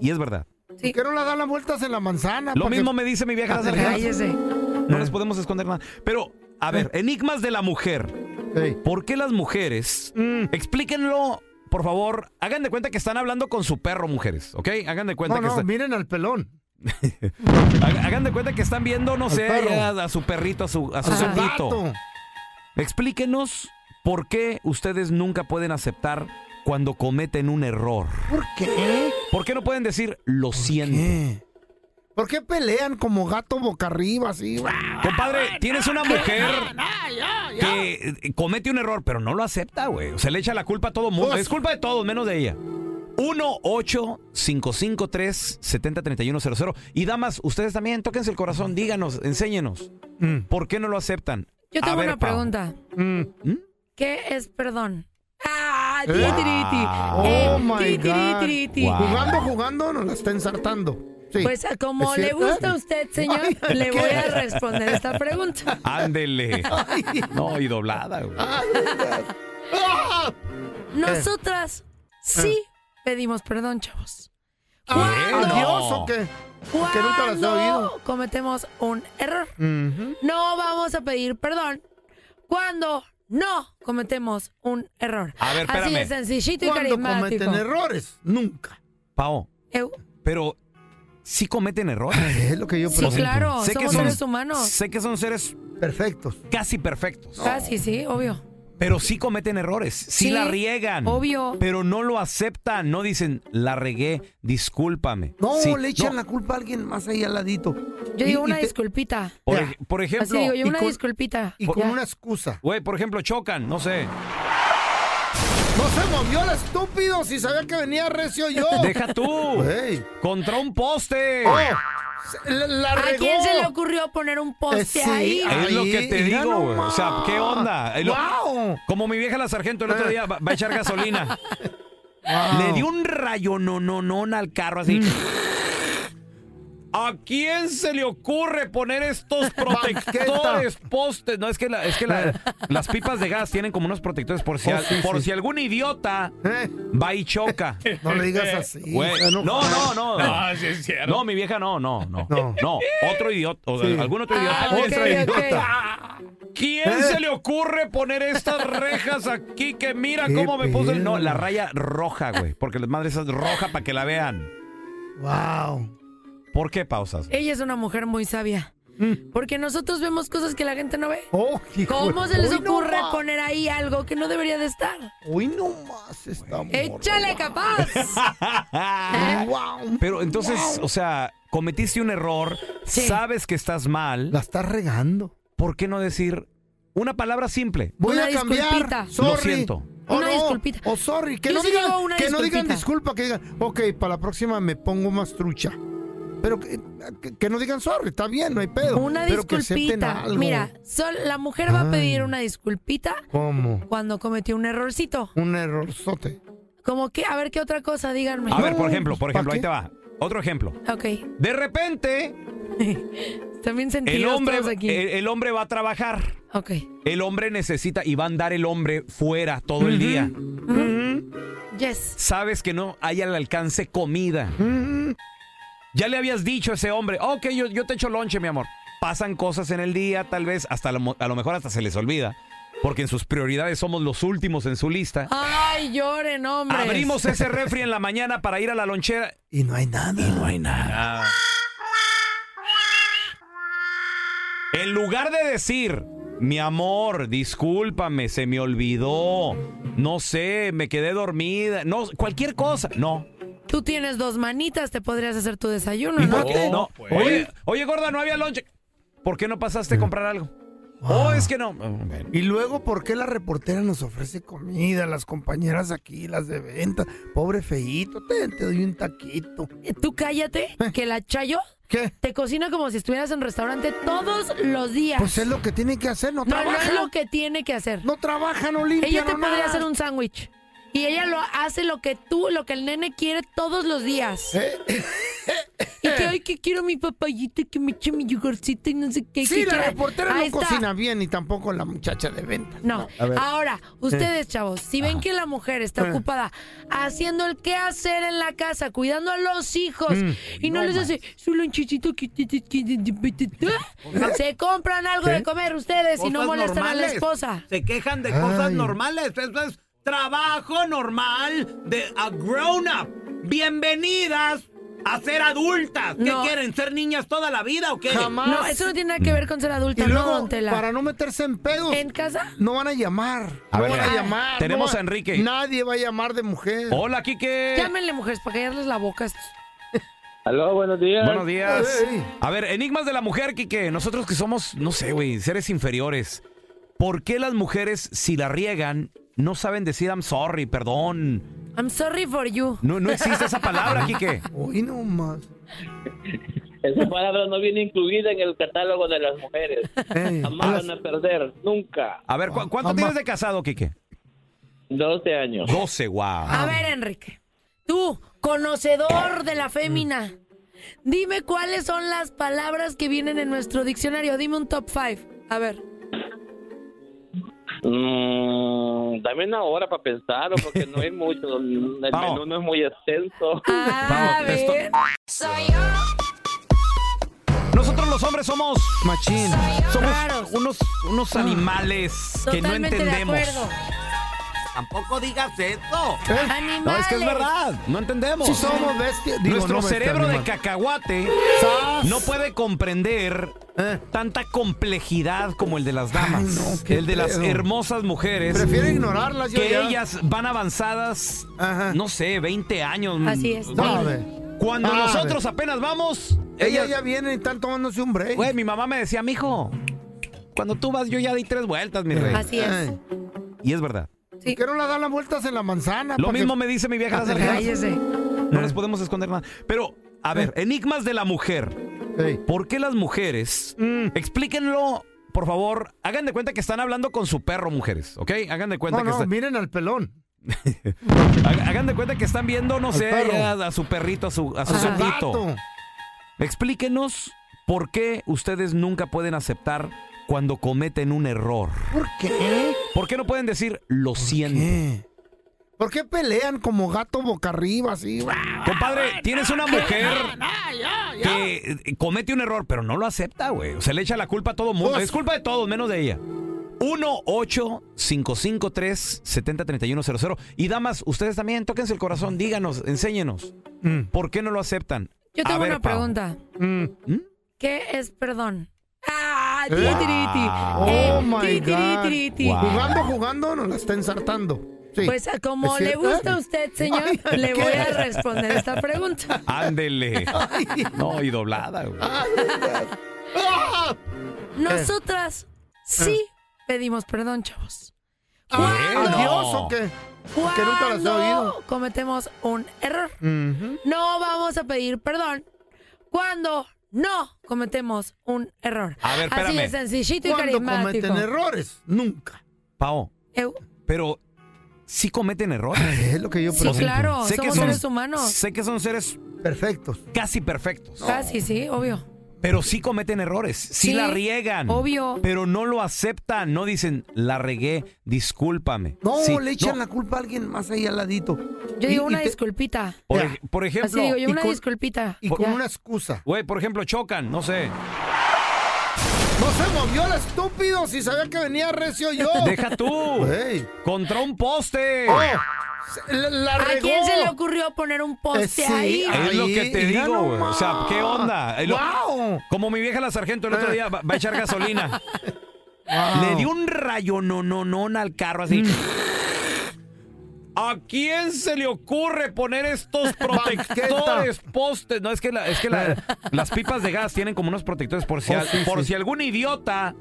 [SPEAKER 2] Y es verdad.
[SPEAKER 4] Quiero la dar las vueltas en la manzana.
[SPEAKER 2] Lo
[SPEAKER 4] para
[SPEAKER 2] mismo
[SPEAKER 4] que-
[SPEAKER 2] me dice mi vieja las algeras.
[SPEAKER 4] Cállese.
[SPEAKER 2] No les podemos esconder nada. Pero, a ver,
[SPEAKER 4] Eh.
[SPEAKER 2] enigmas de la mujer. ¿Por qué las mujeres?
[SPEAKER 4] Mm.
[SPEAKER 2] Explíquenlo, por favor. Hagan de cuenta que están hablando con su perro, mujeres, ¿ok? Hagan de cuenta
[SPEAKER 4] No,
[SPEAKER 2] que
[SPEAKER 4] no,
[SPEAKER 2] están.
[SPEAKER 4] miren al pelón.
[SPEAKER 2] Hagan hagan de cuenta que están viendo, no
[SPEAKER 4] Al
[SPEAKER 2] sé,
[SPEAKER 4] perro.
[SPEAKER 2] a, a su perrito, a su, a su
[SPEAKER 4] A su
[SPEAKER 2] gatito.
[SPEAKER 4] gato.
[SPEAKER 2] Explíquenos por qué ustedes nunca pueden aceptar cuando cometen un error.
[SPEAKER 4] ¿Por qué?
[SPEAKER 2] ¿Por qué no pueden decir lo siento?
[SPEAKER 4] ¿Por qué pelean como gato boca arriba así?
[SPEAKER 2] Compadre, tienes una mujer
[SPEAKER 4] ¿Qué?
[SPEAKER 2] que eh, comete un error, pero no lo acepta, güey. O sea, le echa la culpa a todo mundo.
[SPEAKER 4] Pues-
[SPEAKER 2] Es culpa de todos, menos de ella. 1-8-553-703100. Y damas, ustedes también, tóquense el corazón, díganos, enséñenos. ¿Por qué no lo aceptan?
[SPEAKER 3] Yo
[SPEAKER 2] A
[SPEAKER 3] tengo
[SPEAKER 2] ver,
[SPEAKER 3] una
[SPEAKER 2] Pau.
[SPEAKER 3] pregunta. ¿Qué es perdón? Ah,
[SPEAKER 4] Mm. Eh.
[SPEAKER 3] tiri, tiri, tiri.
[SPEAKER 4] Wow.
[SPEAKER 3] Eh,
[SPEAKER 4] Oh my
[SPEAKER 3] tiri, tiri,
[SPEAKER 4] God.
[SPEAKER 3] tiri, tiri.
[SPEAKER 4] Jugando, jugando, nos la está ensartando. Sí.
[SPEAKER 3] Pues como
[SPEAKER 4] ¿Es
[SPEAKER 3] le
[SPEAKER 4] cierto?
[SPEAKER 3] gusta a usted, señor,
[SPEAKER 4] Ay,
[SPEAKER 3] le
[SPEAKER 4] ¿qué?
[SPEAKER 3] voy a responder esta pregunta.
[SPEAKER 2] Ándele. No, y doblada, güey.
[SPEAKER 4] Eh.
[SPEAKER 3] Nosotras sí pedimos perdón, chavos.
[SPEAKER 4] ¿A
[SPEAKER 3] ¿Cuándo?
[SPEAKER 4] Dios o qué? Que nunca las he
[SPEAKER 3] Cuando
[SPEAKER 4] oído.
[SPEAKER 3] cometemos un error. No vamos a pedir perdón cuando no cometemos un error.
[SPEAKER 2] A ver,
[SPEAKER 3] Así
[SPEAKER 2] espérame.
[SPEAKER 3] de sencillito y
[SPEAKER 4] Cuando
[SPEAKER 3] carismático.
[SPEAKER 4] cometen errores, nunca.
[SPEAKER 2] Pau,
[SPEAKER 3] Eu-
[SPEAKER 2] pero sí cometen errores.
[SPEAKER 4] Es lo que yo
[SPEAKER 3] Sí,
[SPEAKER 2] pregunto.
[SPEAKER 3] claro, somos seres humanos.
[SPEAKER 2] Sé que son seres
[SPEAKER 4] perfectos.
[SPEAKER 2] Casi perfectos.
[SPEAKER 3] Casi, sí, obvio.
[SPEAKER 2] Pero sí cometen errores, sí,
[SPEAKER 3] Sí,
[SPEAKER 2] la riegan.
[SPEAKER 3] obvio.
[SPEAKER 2] Pero no lo aceptan, no dicen, la regué, discúlpame.
[SPEAKER 4] No,
[SPEAKER 2] Sí,
[SPEAKER 4] le echan
[SPEAKER 2] no.
[SPEAKER 4] la culpa a alguien más ahí al ladito.
[SPEAKER 3] Yo
[SPEAKER 4] Y-
[SPEAKER 3] digo
[SPEAKER 4] y
[SPEAKER 3] una
[SPEAKER 4] te-
[SPEAKER 3] disculpita.
[SPEAKER 2] Por, ej- por ejemplo.
[SPEAKER 3] Así digo, yo
[SPEAKER 2] y
[SPEAKER 3] una
[SPEAKER 2] con-
[SPEAKER 3] disculpita.
[SPEAKER 2] por-
[SPEAKER 3] Ya.
[SPEAKER 4] excusa.
[SPEAKER 2] Güey, por ejemplo, chocan, no sé.
[SPEAKER 4] No se movió el estúpido si sabía que venía recio yo.
[SPEAKER 2] Deja tú.
[SPEAKER 4] Güey.
[SPEAKER 2] Contra un poste.
[SPEAKER 4] Oh, se- la, la
[SPEAKER 3] ¿A
[SPEAKER 4] regó.
[SPEAKER 3] quién se le ocurrió poner un poste
[SPEAKER 4] Eh, sí,
[SPEAKER 3] ahí?
[SPEAKER 2] Es lo que te
[SPEAKER 4] Ahí, mira
[SPEAKER 2] digo, güey. O sea,
[SPEAKER 4] nomás.
[SPEAKER 2] ¿qué onda? El-
[SPEAKER 4] Guau. Eh.
[SPEAKER 2] Como mi vieja la sargento el otro día va, va a echar gasolina.
[SPEAKER 4] Oh.
[SPEAKER 2] Le dio un rayo no no no al carro
[SPEAKER 4] Mm.
[SPEAKER 2] así. ¿A quién se le ocurre poner estos protectores postes? No, es que, la- es que la- las pipas de gas tienen como unos protectores por si,
[SPEAKER 4] Eh. Oh,
[SPEAKER 2] al-
[SPEAKER 4] sí,
[SPEAKER 2] por
[SPEAKER 4] sí.
[SPEAKER 2] si algún idiota va y choca.
[SPEAKER 4] Eh, No le digas así,
[SPEAKER 2] Güey,
[SPEAKER 4] está
[SPEAKER 2] No,
[SPEAKER 4] enojada.
[SPEAKER 2] no, no.
[SPEAKER 4] No,
[SPEAKER 5] sí es cierto.
[SPEAKER 2] No, mi vieja no, no, no. No, otro idiota. o
[SPEAKER 5] Sí.
[SPEAKER 2] Algún otro idiota.
[SPEAKER 5] Ah, ok,
[SPEAKER 2] Otro
[SPEAKER 5] ok.
[SPEAKER 2] idiota. ¿Quién
[SPEAKER 5] ¿Eh?
[SPEAKER 2] se le ocurre poner estas rejas aquí que mira
[SPEAKER 5] Qué
[SPEAKER 2] cómo me puse el...
[SPEAKER 5] pedo.
[SPEAKER 2] No, la raya roja, güey. Porque la madre esa es roja para que la vean.
[SPEAKER 4] Wow.
[SPEAKER 2] ¿Por qué pausas?
[SPEAKER 3] Ella es una mujer muy sabia. Porque nosotros vemos cosas que la gente no ve.
[SPEAKER 4] Mm. hijo
[SPEAKER 3] ¿Cómo
[SPEAKER 4] de-
[SPEAKER 3] se les
[SPEAKER 4] Hoy no
[SPEAKER 3] ocurre
[SPEAKER 4] más.
[SPEAKER 3] poner ahí algo que no debería de estar?
[SPEAKER 4] Hoy no más estamos.
[SPEAKER 3] ¡Échale capaz!
[SPEAKER 2] Pero entonces, o sea, cometiste un error, sabes que estás mal. La
[SPEAKER 4] estás regando.
[SPEAKER 2] ¿Por qué no decir una palabra simple?
[SPEAKER 4] Voy a cambiar. Sorry.
[SPEAKER 2] Lo siento.
[SPEAKER 4] O no, O sorry. Que,
[SPEAKER 3] Yo
[SPEAKER 4] no
[SPEAKER 3] sí
[SPEAKER 4] digan,
[SPEAKER 3] digo una
[SPEAKER 4] que no digan
[SPEAKER 3] disculpita.
[SPEAKER 4] disculpa, que digan, ok, para la próxima me pongo más trucha. Pero que, que- que no digan sorry, está bien, no hay pedo.
[SPEAKER 3] Una
[SPEAKER 4] pero que acepten
[SPEAKER 3] disculpita.
[SPEAKER 4] algo.
[SPEAKER 3] Mira, sol- la mujer va a
[SPEAKER 4] Ay.
[SPEAKER 3] pedir una disculpita
[SPEAKER 4] ¿Cómo?
[SPEAKER 3] cuando cometió un errorcito.
[SPEAKER 4] Un errorzote.
[SPEAKER 3] Como que, a ver qué otra cosa, díganme.
[SPEAKER 2] A ver, por ejemplo, por ejemplo, ahí te va. Otro ejemplo.
[SPEAKER 3] Ok.
[SPEAKER 2] De repente.
[SPEAKER 3] También sentidos
[SPEAKER 2] El hombre, eh,
[SPEAKER 3] todos aquí.
[SPEAKER 2] el- el hombre va a trabajar.
[SPEAKER 3] ok.
[SPEAKER 2] El hombre necesita y va a andar el hombre fuera todo el día.
[SPEAKER 3] Yes.
[SPEAKER 2] sabes que no hay al alcance comida. Ya le habías dicho a ese hombre, ok, yo, yo te echo lonche, mi amor. Pasan cosas en el día, tal vez, hasta lo mo- a lo mejor hasta se les olvida, porque en sus prioridades somos los últimos en su lista.
[SPEAKER 3] Ay, lloren, hombre.
[SPEAKER 2] Abrimos ese refri en la mañana para ir a la lonchera. Y no hay nada. Y no hay nada. En lugar de decir, mi amor, discúlpame, se me olvidó, no sé, me quedé dormida, no, cualquier cosa. No.
[SPEAKER 3] Tú tienes dos manitas, te podrías hacer tu desayuno, ¿no?
[SPEAKER 2] No.
[SPEAKER 5] pues.
[SPEAKER 2] Oye, oye, gorda, no había lonche. ¿Por qué no pasaste a
[SPEAKER 5] Mm.
[SPEAKER 2] comprar algo?
[SPEAKER 5] Ah.
[SPEAKER 2] Oh, es que no.
[SPEAKER 6] Y luego, ¿por qué la reportera nos ofrece comida? Las compañeras aquí, las de venta. Pobre feíto, te, te doy un taquito.
[SPEAKER 3] Tú cállate, que la Chayo te cocina como si estuvieras en restaurante todos los días.
[SPEAKER 6] Pues es lo que tienen que hacer, no,
[SPEAKER 3] no, no
[SPEAKER 6] trabajan.
[SPEAKER 3] es lo que tiene que hacer.
[SPEAKER 6] No trabaja, no limpia,
[SPEAKER 3] Ella te
[SPEAKER 6] no
[SPEAKER 3] podría
[SPEAKER 6] nada.
[SPEAKER 3] hacer un sándwich. Y ella lo hace lo que tú, lo que el nene quiere todos los días.
[SPEAKER 6] ¿Eh?
[SPEAKER 3] Y que hoy que quiero mi papayita, que me eche mi yogurcito y no sé qué.
[SPEAKER 6] Sí,
[SPEAKER 3] que
[SPEAKER 6] la
[SPEAKER 3] quiera".
[SPEAKER 6] reportera
[SPEAKER 3] Ahí
[SPEAKER 6] no
[SPEAKER 3] está.
[SPEAKER 6] cocina bien y tampoco la muchacha de venta.
[SPEAKER 3] No, Ah,
[SPEAKER 6] A ver.
[SPEAKER 3] ahora, ustedes,
[SPEAKER 6] Eh.
[SPEAKER 3] chavos, si ven que la mujer está
[SPEAKER 6] Eh.
[SPEAKER 3] ocupada haciendo el qué hacer en la casa, cuidando a los hijos,
[SPEAKER 6] Mm.
[SPEAKER 3] y no,
[SPEAKER 6] No
[SPEAKER 3] les hace su lonchecito que- que- que- que- que- que- se compran algo
[SPEAKER 5] ¿Qué?
[SPEAKER 3] de comer ustedes y no
[SPEAKER 5] Cosas
[SPEAKER 3] molestan a la
[SPEAKER 5] normales.
[SPEAKER 3] esposa.
[SPEAKER 5] Se quejan de cosas
[SPEAKER 3] Ay.
[SPEAKER 5] normales. Eso es trabajo normal de a grown up. Bienvenidas a ser adultas. ¿Qué
[SPEAKER 3] No.
[SPEAKER 5] quieren? ¿Ser niñas toda la vida o qué?
[SPEAKER 3] No, eso no tiene nada que ver con ser adulta,
[SPEAKER 6] Y luego,
[SPEAKER 3] no, don Tela.
[SPEAKER 6] para no meterse en pedos.
[SPEAKER 3] ¿En casa?
[SPEAKER 6] No van a llamar.
[SPEAKER 2] A
[SPEAKER 6] no
[SPEAKER 2] ver,
[SPEAKER 6] van a
[SPEAKER 2] ah,
[SPEAKER 6] llamar.
[SPEAKER 2] tenemos
[SPEAKER 6] no va-
[SPEAKER 2] a Enrique. Oh.
[SPEAKER 6] Nadie va a llamar de mujer.
[SPEAKER 2] Hola, Quique.
[SPEAKER 3] Llámenle, mujeres, para callarles la boca a estos.
[SPEAKER 17] Aló, buenos días.
[SPEAKER 2] Buenos días. A ver, enigmas de la mujer, Quique. Nosotros que somos, no sé, güey, seres inferiores. ¿Por qué las mujeres, si la riegan, no saben decir I'm sorry, perdón?
[SPEAKER 3] I'm sorry for you.
[SPEAKER 2] No, no existe esa palabra, Quique.
[SPEAKER 6] Hoy no más.
[SPEAKER 17] Esa palabra no viene incluida en el catálogo de las mujeres.
[SPEAKER 6] Eh,
[SPEAKER 17] Jamás van a perder, nunca.
[SPEAKER 2] A ver, ¿cu- ¿cuánto tienes de casado, Quique?
[SPEAKER 17] 12 años.
[SPEAKER 2] 12, guau.
[SPEAKER 6] Ah.
[SPEAKER 3] A ver, Enrique, tú, conocedor de la fémina,
[SPEAKER 6] Mm.
[SPEAKER 3] dime cuáles son las palabras que vienen en nuestro diccionario. Dime un top five. A ver.
[SPEAKER 17] Mm, dame una hora para pensarlo porque no hay mucho. El menú no es muy extenso.
[SPEAKER 6] Ah,
[SPEAKER 3] Soy
[SPEAKER 2] Nosotros los hombres somos machín. Ah. Somos unos, unos animales que no
[SPEAKER 5] Totalmente de
[SPEAKER 2] entendemos.
[SPEAKER 5] acuerdo. Tampoco digas eso.
[SPEAKER 2] Eh, No, es que es verdad. No entendemos.
[SPEAKER 5] Sí somos bestias.
[SPEAKER 6] Digo,
[SPEAKER 2] Nuestro
[SPEAKER 6] no bestias,
[SPEAKER 2] cerebro de
[SPEAKER 6] animal.
[SPEAKER 2] cacahuate
[SPEAKER 6] ¡Sas! Eh,
[SPEAKER 2] no puede comprender tanta complejidad como el de las damas. el de las
[SPEAKER 6] pedo.
[SPEAKER 2] hermosas mujeres.
[SPEAKER 6] Prefiero ignorarlas, yo
[SPEAKER 2] Que
[SPEAKER 6] ya.
[SPEAKER 2] ellas van avanzadas, no sé, 20 años.
[SPEAKER 6] Así es.
[SPEAKER 2] Bueno,
[SPEAKER 6] A ver.
[SPEAKER 2] Cuando
[SPEAKER 6] A
[SPEAKER 2] nosotros
[SPEAKER 6] ver.
[SPEAKER 2] apenas vamos,
[SPEAKER 6] Ellas
[SPEAKER 2] ellas
[SPEAKER 6] ya vienen y están tomándose un break.
[SPEAKER 2] Güey, mi mamá me decía, mijo, cuando tú vas, yo ya di tres vueltas, mi rey.
[SPEAKER 6] Así es. Ay.
[SPEAKER 2] Y es verdad.
[SPEAKER 6] ¿Por qué no la dan las vueltas en la manzana?
[SPEAKER 2] Lo
[SPEAKER 6] Pa' que-
[SPEAKER 2] mismo me dice mi
[SPEAKER 6] Ah,
[SPEAKER 2] vieja. las arcadas.
[SPEAKER 6] Cállese.
[SPEAKER 2] No les podemos esconder nada. Pero, a ver,
[SPEAKER 6] Eh.
[SPEAKER 2] enigmas de la mujer. ¿Por qué las mujeres? Explíquenlo, por favor. Hagan de cuenta que están hablando con su perro, mujeres, ¿ok? Hagan de cuenta
[SPEAKER 6] No,
[SPEAKER 2] que
[SPEAKER 6] no,
[SPEAKER 2] están...
[SPEAKER 6] miren al pelón.
[SPEAKER 2] Hagan de cuenta que están viendo, no
[SPEAKER 6] Al
[SPEAKER 2] sé,
[SPEAKER 6] perro.
[SPEAKER 2] a, a su perrito, a su, a su
[SPEAKER 6] A su
[SPEAKER 2] gatito.
[SPEAKER 6] gato.
[SPEAKER 2] Explíquenos por qué ustedes nunca pueden aceptar cuando cometen un error.
[SPEAKER 6] ¿Por qué?
[SPEAKER 2] ¿Por qué no pueden decir lo siento?
[SPEAKER 6] ¿Por qué pelean como gato boca arriba así?
[SPEAKER 3] Ah,
[SPEAKER 2] Compadre, tienes una mujer
[SPEAKER 6] ya,
[SPEAKER 2] que eh, comete un error, pero no lo acepta, güey. O sea, le echa la culpa a todo mundo.
[SPEAKER 6] Pues-
[SPEAKER 2] Es culpa de todos, menos de ella. 1 8 553 703100 Y damas, ustedes también, tóquense el corazón, díganos, enséñenos.
[SPEAKER 6] Mm,
[SPEAKER 2] ¿Por qué no lo aceptan?
[SPEAKER 3] Yo
[SPEAKER 2] A
[SPEAKER 3] tengo
[SPEAKER 2] ver,
[SPEAKER 3] una
[SPEAKER 2] Pau.
[SPEAKER 3] pregunta. ¿Qué es perdón? ¡Ah!
[SPEAKER 6] Eh.
[SPEAKER 3] titiriti.
[SPEAKER 6] Oh
[SPEAKER 3] Eh,
[SPEAKER 6] my
[SPEAKER 3] titiriti.
[SPEAKER 2] ah.
[SPEAKER 6] God. Jugando, jugando, nos la está ensartando. Sí.
[SPEAKER 3] Pues como
[SPEAKER 6] ¿Es
[SPEAKER 3] le
[SPEAKER 6] cierto?
[SPEAKER 3] gusta a usted, señor,
[SPEAKER 6] Ay,
[SPEAKER 3] le
[SPEAKER 6] ¿qué?
[SPEAKER 3] voy a responder esta pregunta.
[SPEAKER 2] Ándele. No, y doblada, güey.
[SPEAKER 3] Nosotras sí
[SPEAKER 6] Ah.
[SPEAKER 3] pedimos perdón, chavos.
[SPEAKER 2] Ah,
[SPEAKER 6] ¿A Dios o qué? Que nunca las he
[SPEAKER 3] Cuando
[SPEAKER 6] oído.
[SPEAKER 3] cometemos un error. No vamos a pedir perdón cuando no cometemos un error.
[SPEAKER 2] A ver,
[SPEAKER 3] Así
[SPEAKER 2] espérame.
[SPEAKER 3] de sencillito y
[SPEAKER 6] Cuando
[SPEAKER 3] carismático.
[SPEAKER 6] cometen errores, nunca.
[SPEAKER 2] Pao,
[SPEAKER 3] Eu-
[SPEAKER 2] pero sí cometen errores.
[SPEAKER 6] Es lo que yo
[SPEAKER 3] Sí, claro, somos seres humanos.
[SPEAKER 2] Sé que son seres
[SPEAKER 6] perfectos.
[SPEAKER 2] Casi perfectos.
[SPEAKER 3] Casi, ah, sí, obvio.
[SPEAKER 2] Pero sí cometen errores, sí,
[SPEAKER 3] Sí,
[SPEAKER 2] la riegan.
[SPEAKER 3] obvio.
[SPEAKER 2] Pero no lo aceptan, no dicen, la regué, discúlpame.
[SPEAKER 6] No,
[SPEAKER 2] Sí,
[SPEAKER 6] le echan
[SPEAKER 2] no.
[SPEAKER 6] la culpa a alguien más ahí al ladito.
[SPEAKER 3] Yo digo
[SPEAKER 6] Y- y
[SPEAKER 3] una
[SPEAKER 6] te-
[SPEAKER 3] disculpita.
[SPEAKER 2] Por, ej- por ejemplo.
[SPEAKER 3] Así digo yo,
[SPEAKER 2] y
[SPEAKER 3] una
[SPEAKER 2] con-
[SPEAKER 3] disculpita.
[SPEAKER 2] y con
[SPEAKER 3] Ya.
[SPEAKER 2] una
[SPEAKER 6] excusa.
[SPEAKER 2] Güey, por ejemplo, chocan, no sé.
[SPEAKER 6] No se movió el estúpido si sabía que venía recio yo.
[SPEAKER 2] Deja tú. Oh. Contra un poste.
[SPEAKER 6] Oh. Se- La, la
[SPEAKER 3] ¿A
[SPEAKER 6] regó.
[SPEAKER 3] quién se le ocurrió poner un poste
[SPEAKER 6] Eh, sí,
[SPEAKER 3] ahí?
[SPEAKER 2] Es lo que te
[SPEAKER 6] mira
[SPEAKER 2] digo, güey. O sea, ¿qué onda? Eh, lo-
[SPEAKER 6] ¡Guau!
[SPEAKER 2] Como mi vieja la sargento el otro día va, va a echar gasolina. Le dio un rayo no no al carro así.
[SPEAKER 6] Mm.
[SPEAKER 2] ¿A quién se le ocurre poner estos protectores postes? No, es que, la- es que la- las pipas de gas tienen como unos protectores por si,
[SPEAKER 6] Eh. Oh,
[SPEAKER 2] al-
[SPEAKER 6] sí,
[SPEAKER 2] por
[SPEAKER 6] sí.
[SPEAKER 2] si algún idiota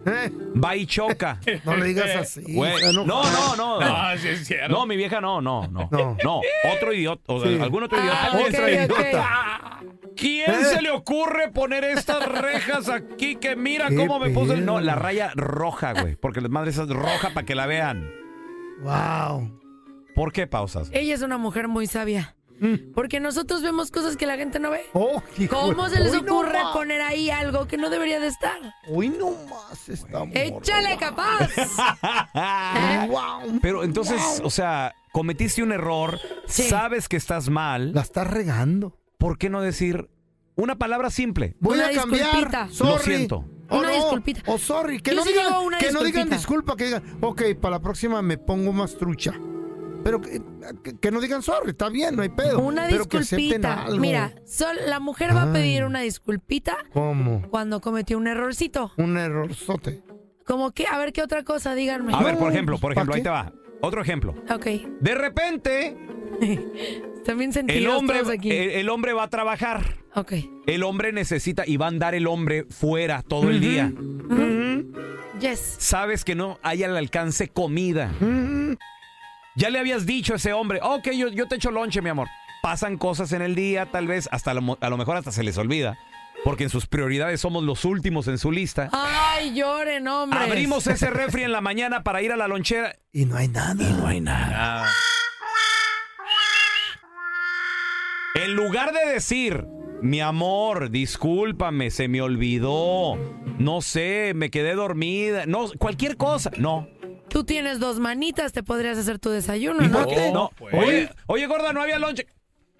[SPEAKER 2] va y choca.
[SPEAKER 6] Eh, No le digas así,
[SPEAKER 2] Güey,
[SPEAKER 6] está
[SPEAKER 2] no,
[SPEAKER 6] enojada.
[SPEAKER 2] no, no.
[SPEAKER 6] No, sí es cierto.
[SPEAKER 2] No, mi vieja no, no, no. No, otro idiota. o
[SPEAKER 6] Sí.
[SPEAKER 2] Algún otro idiota.
[SPEAKER 6] Ah, ok,
[SPEAKER 2] Otro
[SPEAKER 6] ok. Eh.
[SPEAKER 2] idiota. ¿Quién se le ocurre poner estas rejas aquí que mira
[SPEAKER 6] Qué
[SPEAKER 2] cómo me puse el... No,
[SPEAKER 6] pedo.
[SPEAKER 2] la raya roja, güey. Porque las madres es roja para que la vean.
[SPEAKER 6] Wow.
[SPEAKER 2] ¿Por qué pausas?
[SPEAKER 3] Ella es una mujer muy sabia.
[SPEAKER 6] Mm.
[SPEAKER 3] Porque nosotros vemos cosas que la gente no ve. ¿Cómo
[SPEAKER 6] Oh, de-
[SPEAKER 3] se les
[SPEAKER 6] Uy, no
[SPEAKER 3] ocurre
[SPEAKER 6] más.
[SPEAKER 3] poner ahí algo que no debería de estar?
[SPEAKER 6] Uy, no más está
[SPEAKER 3] ¡Échale capaz!
[SPEAKER 2] Pero entonces, o sea, cometiste un error, sabes que estás mal. La
[SPEAKER 6] estás regando.
[SPEAKER 2] ¿Por qué no decir una palabra simple?
[SPEAKER 6] Voy
[SPEAKER 3] Una
[SPEAKER 6] a cambiar.
[SPEAKER 3] disculpita.
[SPEAKER 2] Lo
[SPEAKER 6] Sorry.
[SPEAKER 2] siento.
[SPEAKER 6] O
[SPEAKER 3] Una
[SPEAKER 6] no,
[SPEAKER 3] disculpita.
[SPEAKER 6] O sorry, que,
[SPEAKER 3] Yo
[SPEAKER 6] no
[SPEAKER 3] sí
[SPEAKER 6] digan,
[SPEAKER 3] digo una
[SPEAKER 6] que no digan
[SPEAKER 3] disculpita.
[SPEAKER 6] disculpa, que digan, ok, para la próxima me pongo más trucha. Pero que, que- que no digan sorry, está bien, no hay pedo.
[SPEAKER 3] Una
[SPEAKER 6] pero que acepten
[SPEAKER 3] disculpita.
[SPEAKER 6] algo. Ah.
[SPEAKER 3] Mira, sol- la mujer va a
[SPEAKER 6] Ay.
[SPEAKER 3] pedir una disculpita
[SPEAKER 6] ¿Cómo?
[SPEAKER 3] cuando cometió un errorcito.
[SPEAKER 6] Un errorzote.
[SPEAKER 3] Como que, a ver qué otra cosa, díganme.
[SPEAKER 2] A ver, por ejemplo, por ejemplo, ahí te va. Otro ejemplo.
[SPEAKER 3] Ok.
[SPEAKER 2] De repente,
[SPEAKER 3] También sentidos
[SPEAKER 2] el hombre,
[SPEAKER 3] todos aquí.
[SPEAKER 6] eh,
[SPEAKER 2] el- el hombre va a trabajar.
[SPEAKER 3] ok.
[SPEAKER 2] El hombre necesita y va a andar el hombre fuera todo el día.
[SPEAKER 3] Yes.
[SPEAKER 2] Sabes que no hay al alcance comida. Ya le habías dicho a ese hombre, ok, yo, yo te echo lonche, mi amor. Pasan cosas en el día, tal vez, hasta lo mo- a lo mejor hasta se les olvida. Porque en sus prioridades somos los últimos en su lista.
[SPEAKER 3] Ay, lloren, hombre.
[SPEAKER 2] Abrimos ese refri en la mañana para ir a la lonchera. Ah.
[SPEAKER 6] Y no hay nada.
[SPEAKER 2] Y no hay nada. En lugar de decir, mi amor, discúlpame, se me olvidó. No sé, me quedé dormida. No, cualquier cosa. No.
[SPEAKER 3] Tú tienes dos manitas, te podrías hacer tu desayuno, ¿no? pues.
[SPEAKER 2] No. Oye, oye, gorda, no había lonche.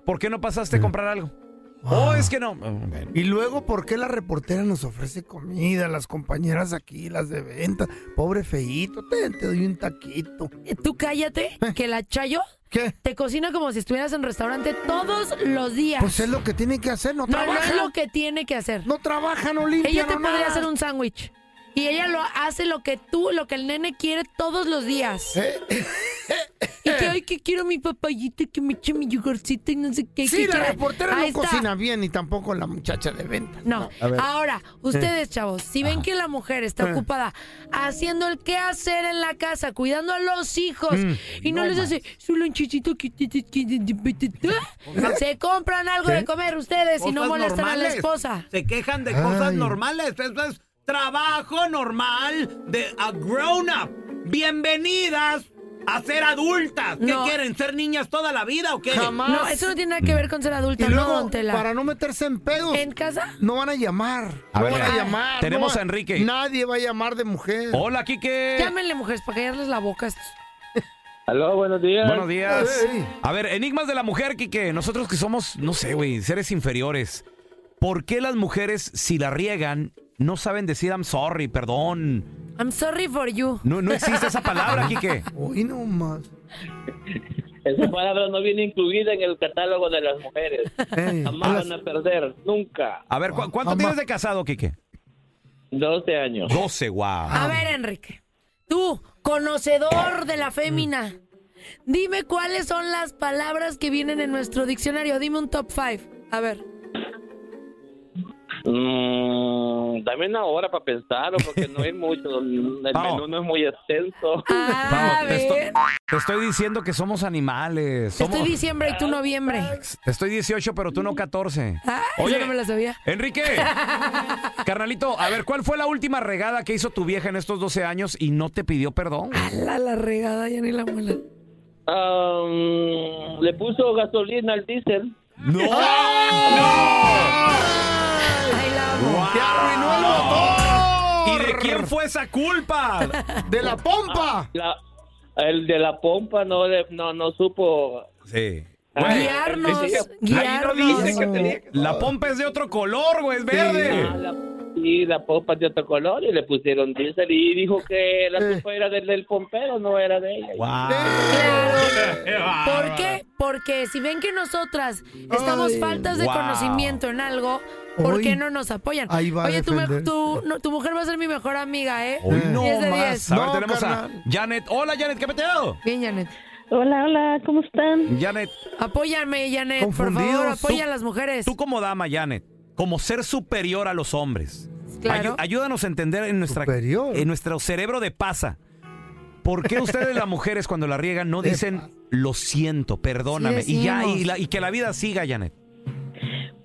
[SPEAKER 2] ¿Por qué no pasaste
[SPEAKER 3] Mm.
[SPEAKER 2] a comprar algo?
[SPEAKER 3] Ah.
[SPEAKER 2] Oh, es que no.
[SPEAKER 6] Y luego, ¿por qué la reportera nos ofrece comida? Las compañeras aquí, las de venta. Pobre feíto, ten, te doy un taquito.
[SPEAKER 3] Tú cállate,
[SPEAKER 6] Eh.
[SPEAKER 3] que la Chayo te cocina como si estuvieras en restaurante todos los días.
[SPEAKER 6] Pues es lo que tiene que hacer, no,
[SPEAKER 3] no, no
[SPEAKER 6] trabaja.
[SPEAKER 3] es lo que tiene que hacer.
[SPEAKER 6] No trabaja, no limpia,
[SPEAKER 3] Ella te
[SPEAKER 6] no
[SPEAKER 3] podría
[SPEAKER 6] nada.
[SPEAKER 3] hacer un sándwich. Y ella lo hace lo que tú, lo que el nene quiere todos los días. Y que hoy que quiero mi papayita, que me eche mi yogurcito y no sé qué.
[SPEAKER 6] Sí,
[SPEAKER 3] que
[SPEAKER 6] la
[SPEAKER 3] quiera-
[SPEAKER 6] reportera
[SPEAKER 3] Ahí
[SPEAKER 6] no
[SPEAKER 3] está.
[SPEAKER 6] cocina bien y tampoco la muchacha de venta.
[SPEAKER 3] No.
[SPEAKER 6] A ver.
[SPEAKER 3] Ahora, ustedes, chavos, si ven que la mujer está
[SPEAKER 6] Ah.
[SPEAKER 3] ocupada haciendo el qué hacer en la casa, cuidando a los hijos,
[SPEAKER 6] Mm.
[SPEAKER 3] y no,
[SPEAKER 6] No
[SPEAKER 3] les hace su lonchecito que- que- que- que- que- que- se compran algo
[SPEAKER 5] ¿Qué?
[SPEAKER 3] de comer ustedes y no
[SPEAKER 5] Cosas
[SPEAKER 3] molestan a la
[SPEAKER 5] normales.
[SPEAKER 3] esposa.
[SPEAKER 5] Se quejan de cosas
[SPEAKER 3] Ay.
[SPEAKER 5] normales. Eso es trabajo normal de a grown up. Bienvenidas a ser adultas. ¿Qué
[SPEAKER 3] No.
[SPEAKER 5] quieren? ¿Ser niñas toda la vida o qué?
[SPEAKER 3] No, eso no tiene nada que ver con ser adulta,
[SPEAKER 6] Y luego,
[SPEAKER 3] no, don Tela.
[SPEAKER 6] para no meterse en pedos.
[SPEAKER 3] ¿En casa?
[SPEAKER 6] No van a llamar.
[SPEAKER 2] A
[SPEAKER 6] no
[SPEAKER 2] ver,
[SPEAKER 6] van a
[SPEAKER 2] ah,
[SPEAKER 6] llamar.
[SPEAKER 2] tenemos
[SPEAKER 6] no
[SPEAKER 2] a
[SPEAKER 6] va-
[SPEAKER 2] Enrique. Oh.
[SPEAKER 6] Nadie va a llamar de mujer.
[SPEAKER 2] Hola, Kike.
[SPEAKER 3] Llámenle, mujeres, para callarles la boca. a estos.
[SPEAKER 2] Aló, buenos días. Buenos días.
[SPEAKER 3] Ey.
[SPEAKER 2] A ver, enigmas de la mujer, Quique. Nosotros que somos, no sé, güey, seres inferiores. ¿Por qué las mujeres, si la riegan, no saben decir I'm sorry, perdón?
[SPEAKER 3] I'm sorry for you.
[SPEAKER 2] No, no existe esa palabra, Quique.
[SPEAKER 6] Uy, no más.
[SPEAKER 17] Esa palabra no viene incluida en el catálogo de las mujeres.
[SPEAKER 6] Eh,
[SPEAKER 17] Jamás van a perder, nunca.
[SPEAKER 2] A ver, ¿cu- ¿cuánto tienes de casado, Quique?
[SPEAKER 17] 12 años.
[SPEAKER 2] 12, wow.
[SPEAKER 6] Ah.
[SPEAKER 3] A ver, Enrique, tú, conocedor de la fémina,
[SPEAKER 6] Mm.
[SPEAKER 3] dime cuáles son las palabras que vienen en nuestro diccionario. Dime un top five. A ver.
[SPEAKER 17] Mm, dame una hora para pensarlo porque no hay mucho. El menú no es muy extenso.
[SPEAKER 3] A ver.
[SPEAKER 2] Te estoy diciendo que somos animales.
[SPEAKER 3] Te
[SPEAKER 2] Somos-
[SPEAKER 3] estoy diciembre y tú noviembre.
[SPEAKER 2] Te estoy 18, pero tú no 14.
[SPEAKER 3] Ah,
[SPEAKER 2] Oye.
[SPEAKER 3] eso no me lo sabía.
[SPEAKER 2] Enrique, carnalito, a ver, ¿cuál fue la última regada que hizo tu vieja en estos 12 años y no te pidió perdón?
[SPEAKER 3] La, la regada ya ni la muela.
[SPEAKER 17] Um, le puso gasolina al diésel.
[SPEAKER 2] ¡No!
[SPEAKER 3] Ay, la amo.
[SPEAKER 6] ¡Te arruinó el motor!
[SPEAKER 2] ¿Y de quién fue esa culpa?
[SPEAKER 6] ¡De la pompa!
[SPEAKER 4] La- el de la pompa no, le- no, no supo.
[SPEAKER 2] Sí.
[SPEAKER 4] Guiarnos,
[SPEAKER 2] guiarnos. La pompa es de otro color, güey, es verde.
[SPEAKER 4] Y la pompa es de otro color y le pusieron diésel y dijo que la culpa era del, del pompero, no era de ella.
[SPEAKER 6] Ah,
[SPEAKER 3] ¿Por qué? Porque si ven que nosotras estamos
[SPEAKER 4] Ay.
[SPEAKER 3] faltas de
[SPEAKER 4] Wow.
[SPEAKER 3] conocimiento en algo, ¿por
[SPEAKER 6] Hoy-
[SPEAKER 3] qué no nos apoyan?
[SPEAKER 6] ahí va a
[SPEAKER 3] Oye, tu, me-
[SPEAKER 6] defenderse.
[SPEAKER 3] tu- no, tu mujer va a ser mi mejor amiga, ¿eh?
[SPEAKER 2] Hoy no
[SPEAKER 3] 10 de 10.
[SPEAKER 2] más. A ver, tenemos a Janet. Hola, Janet, ¿qué ha peteado?
[SPEAKER 3] Bien, Janet.
[SPEAKER 5] Hola, hola, ¿cómo están?
[SPEAKER 2] Janet,
[SPEAKER 3] Apóyame, Janet, por favor,
[SPEAKER 2] Confundidos.
[SPEAKER 3] apoya a
[SPEAKER 2] Tú-
[SPEAKER 3] las mujeres.
[SPEAKER 2] tú como dama, Janet, como ser superior a los hombres,
[SPEAKER 3] Claro.
[SPEAKER 2] ayu- ayúdanos a entender en, nuestra, en nuestro cerebro de pasa. ¿Por qué ustedes las mujeres cuando la riegan no dicen lo siento, perdóname
[SPEAKER 5] Sí
[SPEAKER 2] y ya y,
[SPEAKER 5] decimos.
[SPEAKER 2] la- y que la vida siga, Janet?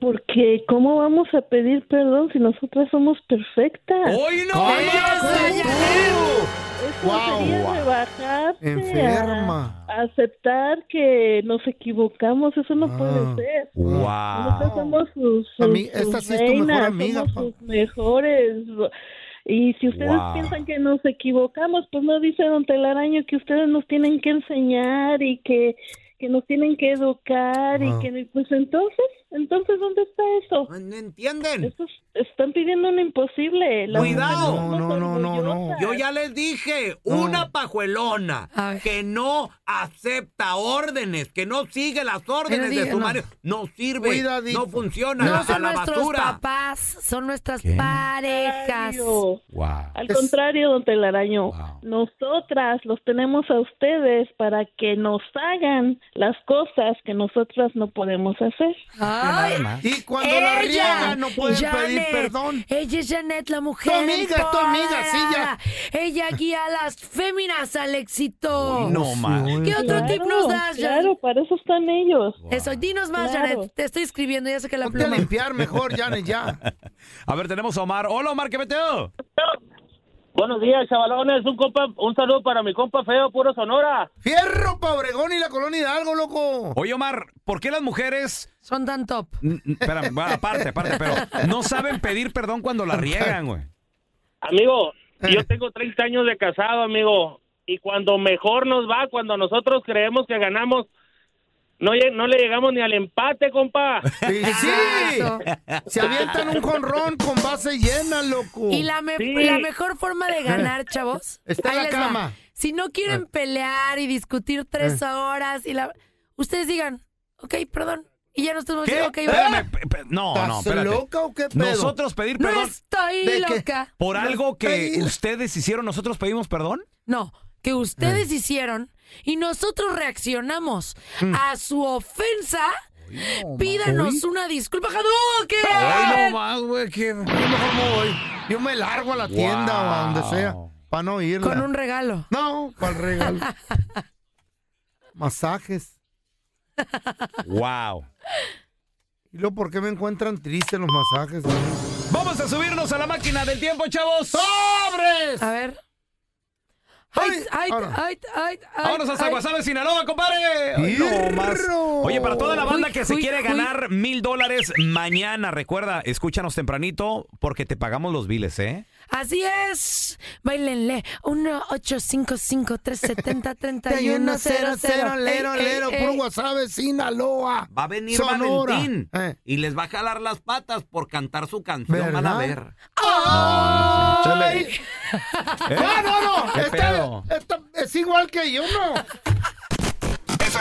[SPEAKER 5] Porque ¿cómo vamos a pedir perdón si nosotras somos perfectas?
[SPEAKER 2] ¡Hoy
[SPEAKER 6] no ¡Cálmate más!
[SPEAKER 5] Eso sería rebajarte
[SPEAKER 6] Enferma.
[SPEAKER 5] a aceptar que nos equivocamos, eso no puede ser. Nosotras somos sus, sus-
[SPEAKER 6] Ami-
[SPEAKER 5] sus
[SPEAKER 6] Ah. esta sí es tu mejor
[SPEAKER 5] reinas,
[SPEAKER 6] amiga,
[SPEAKER 5] somos
[SPEAKER 6] pa.
[SPEAKER 5] sus mejores. Y si ustedes
[SPEAKER 6] Wow.
[SPEAKER 5] piensan que nos equivocamos, pues no dice Don Telaraño que ustedes nos tienen que enseñar y que, que nos tienen que educar
[SPEAKER 6] Wow.
[SPEAKER 5] y que pues entonces, entonces ¿dónde está eso? No,
[SPEAKER 18] entienden.
[SPEAKER 5] están pidiendo un imposible. Las
[SPEAKER 18] Cuidado.
[SPEAKER 5] mujeres somos orgullosas.
[SPEAKER 18] Yo ya les dije, una pajuelona
[SPEAKER 2] Ah.
[SPEAKER 18] que no acepta órdenes, que no sigue las órdenes de
[SPEAKER 3] diga,
[SPEAKER 18] su
[SPEAKER 3] no.
[SPEAKER 18] marido, no sirve,
[SPEAKER 3] Cuidadito.
[SPEAKER 18] no funciona,
[SPEAKER 3] No
[SPEAKER 18] a
[SPEAKER 3] son
[SPEAKER 18] la
[SPEAKER 3] nuestros
[SPEAKER 18] basura.
[SPEAKER 3] papás, son nuestras parejas.
[SPEAKER 5] Al contrario, don Telaraño, nosotras los tenemos a ustedes para que nos hagan las cosas que nosotras no podemos hacer.
[SPEAKER 6] Y cuando la riegan no pueden pedir
[SPEAKER 3] Janet,
[SPEAKER 6] perdón.
[SPEAKER 3] Ella es Janet, la mujer.
[SPEAKER 6] Tu amiga, es tu amiga, sí, ya.
[SPEAKER 3] empoderada. Ella guía a las féminas al éxito.
[SPEAKER 2] no más.
[SPEAKER 3] ¿Qué otro
[SPEAKER 5] Claro,
[SPEAKER 3] tip nos das,
[SPEAKER 5] Claro, para eso están ellos.
[SPEAKER 3] Janet? Eso, dinos más,
[SPEAKER 5] Claro.
[SPEAKER 3] Janet. Te estoy escribiendo, ya sé que la
[SPEAKER 6] Ponte a
[SPEAKER 3] pluma.
[SPEAKER 6] limpiar mejor, Janet, ya.
[SPEAKER 2] A ver, tenemos a Omar. Hola, Omar, ¿qué peteo?
[SPEAKER 17] Buenos días, chavalones. Un, compa, un saludo para mi compa feo, puro Sonora.
[SPEAKER 6] ¡Fierro pa' Obregón y la colonia Hidalgo, loco!
[SPEAKER 18] Oh.
[SPEAKER 2] Oye, Omar, ¿por qué las mujeres
[SPEAKER 3] son tan top?
[SPEAKER 2] Espera, bueno, aparte, aparte, pero no saben pedir perdón cuando la riegan, güey.
[SPEAKER 17] Amigo, yo tengo 30 años de casado, amigo. Y cuando mejor nos va, cuando nosotros creemos que ganamos, no, lle- no le llegamos ni al empate, compa.
[SPEAKER 6] ¡Sí! Se avientan un jonrón con base llena, loco.
[SPEAKER 3] Y la, me-
[SPEAKER 6] Sí.
[SPEAKER 3] la mejor forma de ganar, chavos.
[SPEAKER 6] Está en la
[SPEAKER 3] les va.
[SPEAKER 6] cama. Ah.
[SPEAKER 3] Si no quieren pelear y discutir tres horas y la. Ustedes digan, ok, perdón. Y ya nosotros vamos a decir, ok,
[SPEAKER 2] Espérame,
[SPEAKER 3] va.
[SPEAKER 2] pe- pe- no,
[SPEAKER 6] ¿Estás
[SPEAKER 2] no, espérate.
[SPEAKER 6] loca o qué pedo?
[SPEAKER 2] Nosotros pedir
[SPEAKER 3] No
[SPEAKER 2] perdón
[SPEAKER 3] estoy
[SPEAKER 6] ¿De qué?
[SPEAKER 3] loca.
[SPEAKER 2] por algo que
[SPEAKER 6] Ey.
[SPEAKER 2] ustedes hicieron, nosotros pedimos perdón.
[SPEAKER 3] No, que ustedes
[SPEAKER 6] Ah.
[SPEAKER 3] hicieron y nosotros reaccionamos
[SPEAKER 6] Hmm.
[SPEAKER 3] a su ofensa. Pídanos una disculpa. ¡Hadouken!
[SPEAKER 6] Ay, no más, güey. que- Yo mejor me voy. Yo me largo a la tienda o a donde sea. Para no irla.
[SPEAKER 3] Con un regalo.
[SPEAKER 6] No, para el regalo. Masajes.
[SPEAKER 2] Wow.
[SPEAKER 6] ¿Y luego por qué me encuentran triste los masajes?
[SPEAKER 2] Vamos a subirnos a la máquina del tiempo, chavos.
[SPEAKER 6] ¡Sobres!
[SPEAKER 3] A ver. Ay, ay, ay, ay, ay,
[SPEAKER 2] Vámonos hasta
[SPEAKER 3] ay.
[SPEAKER 2] Guasave, Sinaloa, compadre. Ay, no más. Oye, para toda la banda
[SPEAKER 3] Uy,
[SPEAKER 2] que se
[SPEAKER 3] uy,
[SPEAKER 2] quiere
[SPEAKER 3] uy.
[SPEAKER 2] ganar mil dólares mañana, recuerda, escúchanos tempranito porque te pagamos los biles, ¿eh?
[SPEAKER 3] Así es. Bailenle. 1-855-370-3100.
[SPEAKER 6] lero,
[SPEAKER 3] Ey, ey,
[SPEAKER 6] lero,
[SPEAKER 3] ey.
[SPEAKER 6] puro Guasave, Sinaloa.
[SPEAKER 18] Va a venir
[SPEAKER 6] Sonora. Eh.
[SPEAKER 18] Valentín y les va a jalar las patas por cantar su canción, van a ver.
[SPEAKER 6] ¡Ay!
[SPEAKER 18] Chale.
[SPEAKER 6] Ah, No, no, no.
[SPEAKER 18] ¿Eh? ¿Qué
[SPEAKER 6] Esta,
[SPEAKER 18] pedo?
[SPEAKER 6] esta es igual que yo, no.
[SPEAKER 2] Eso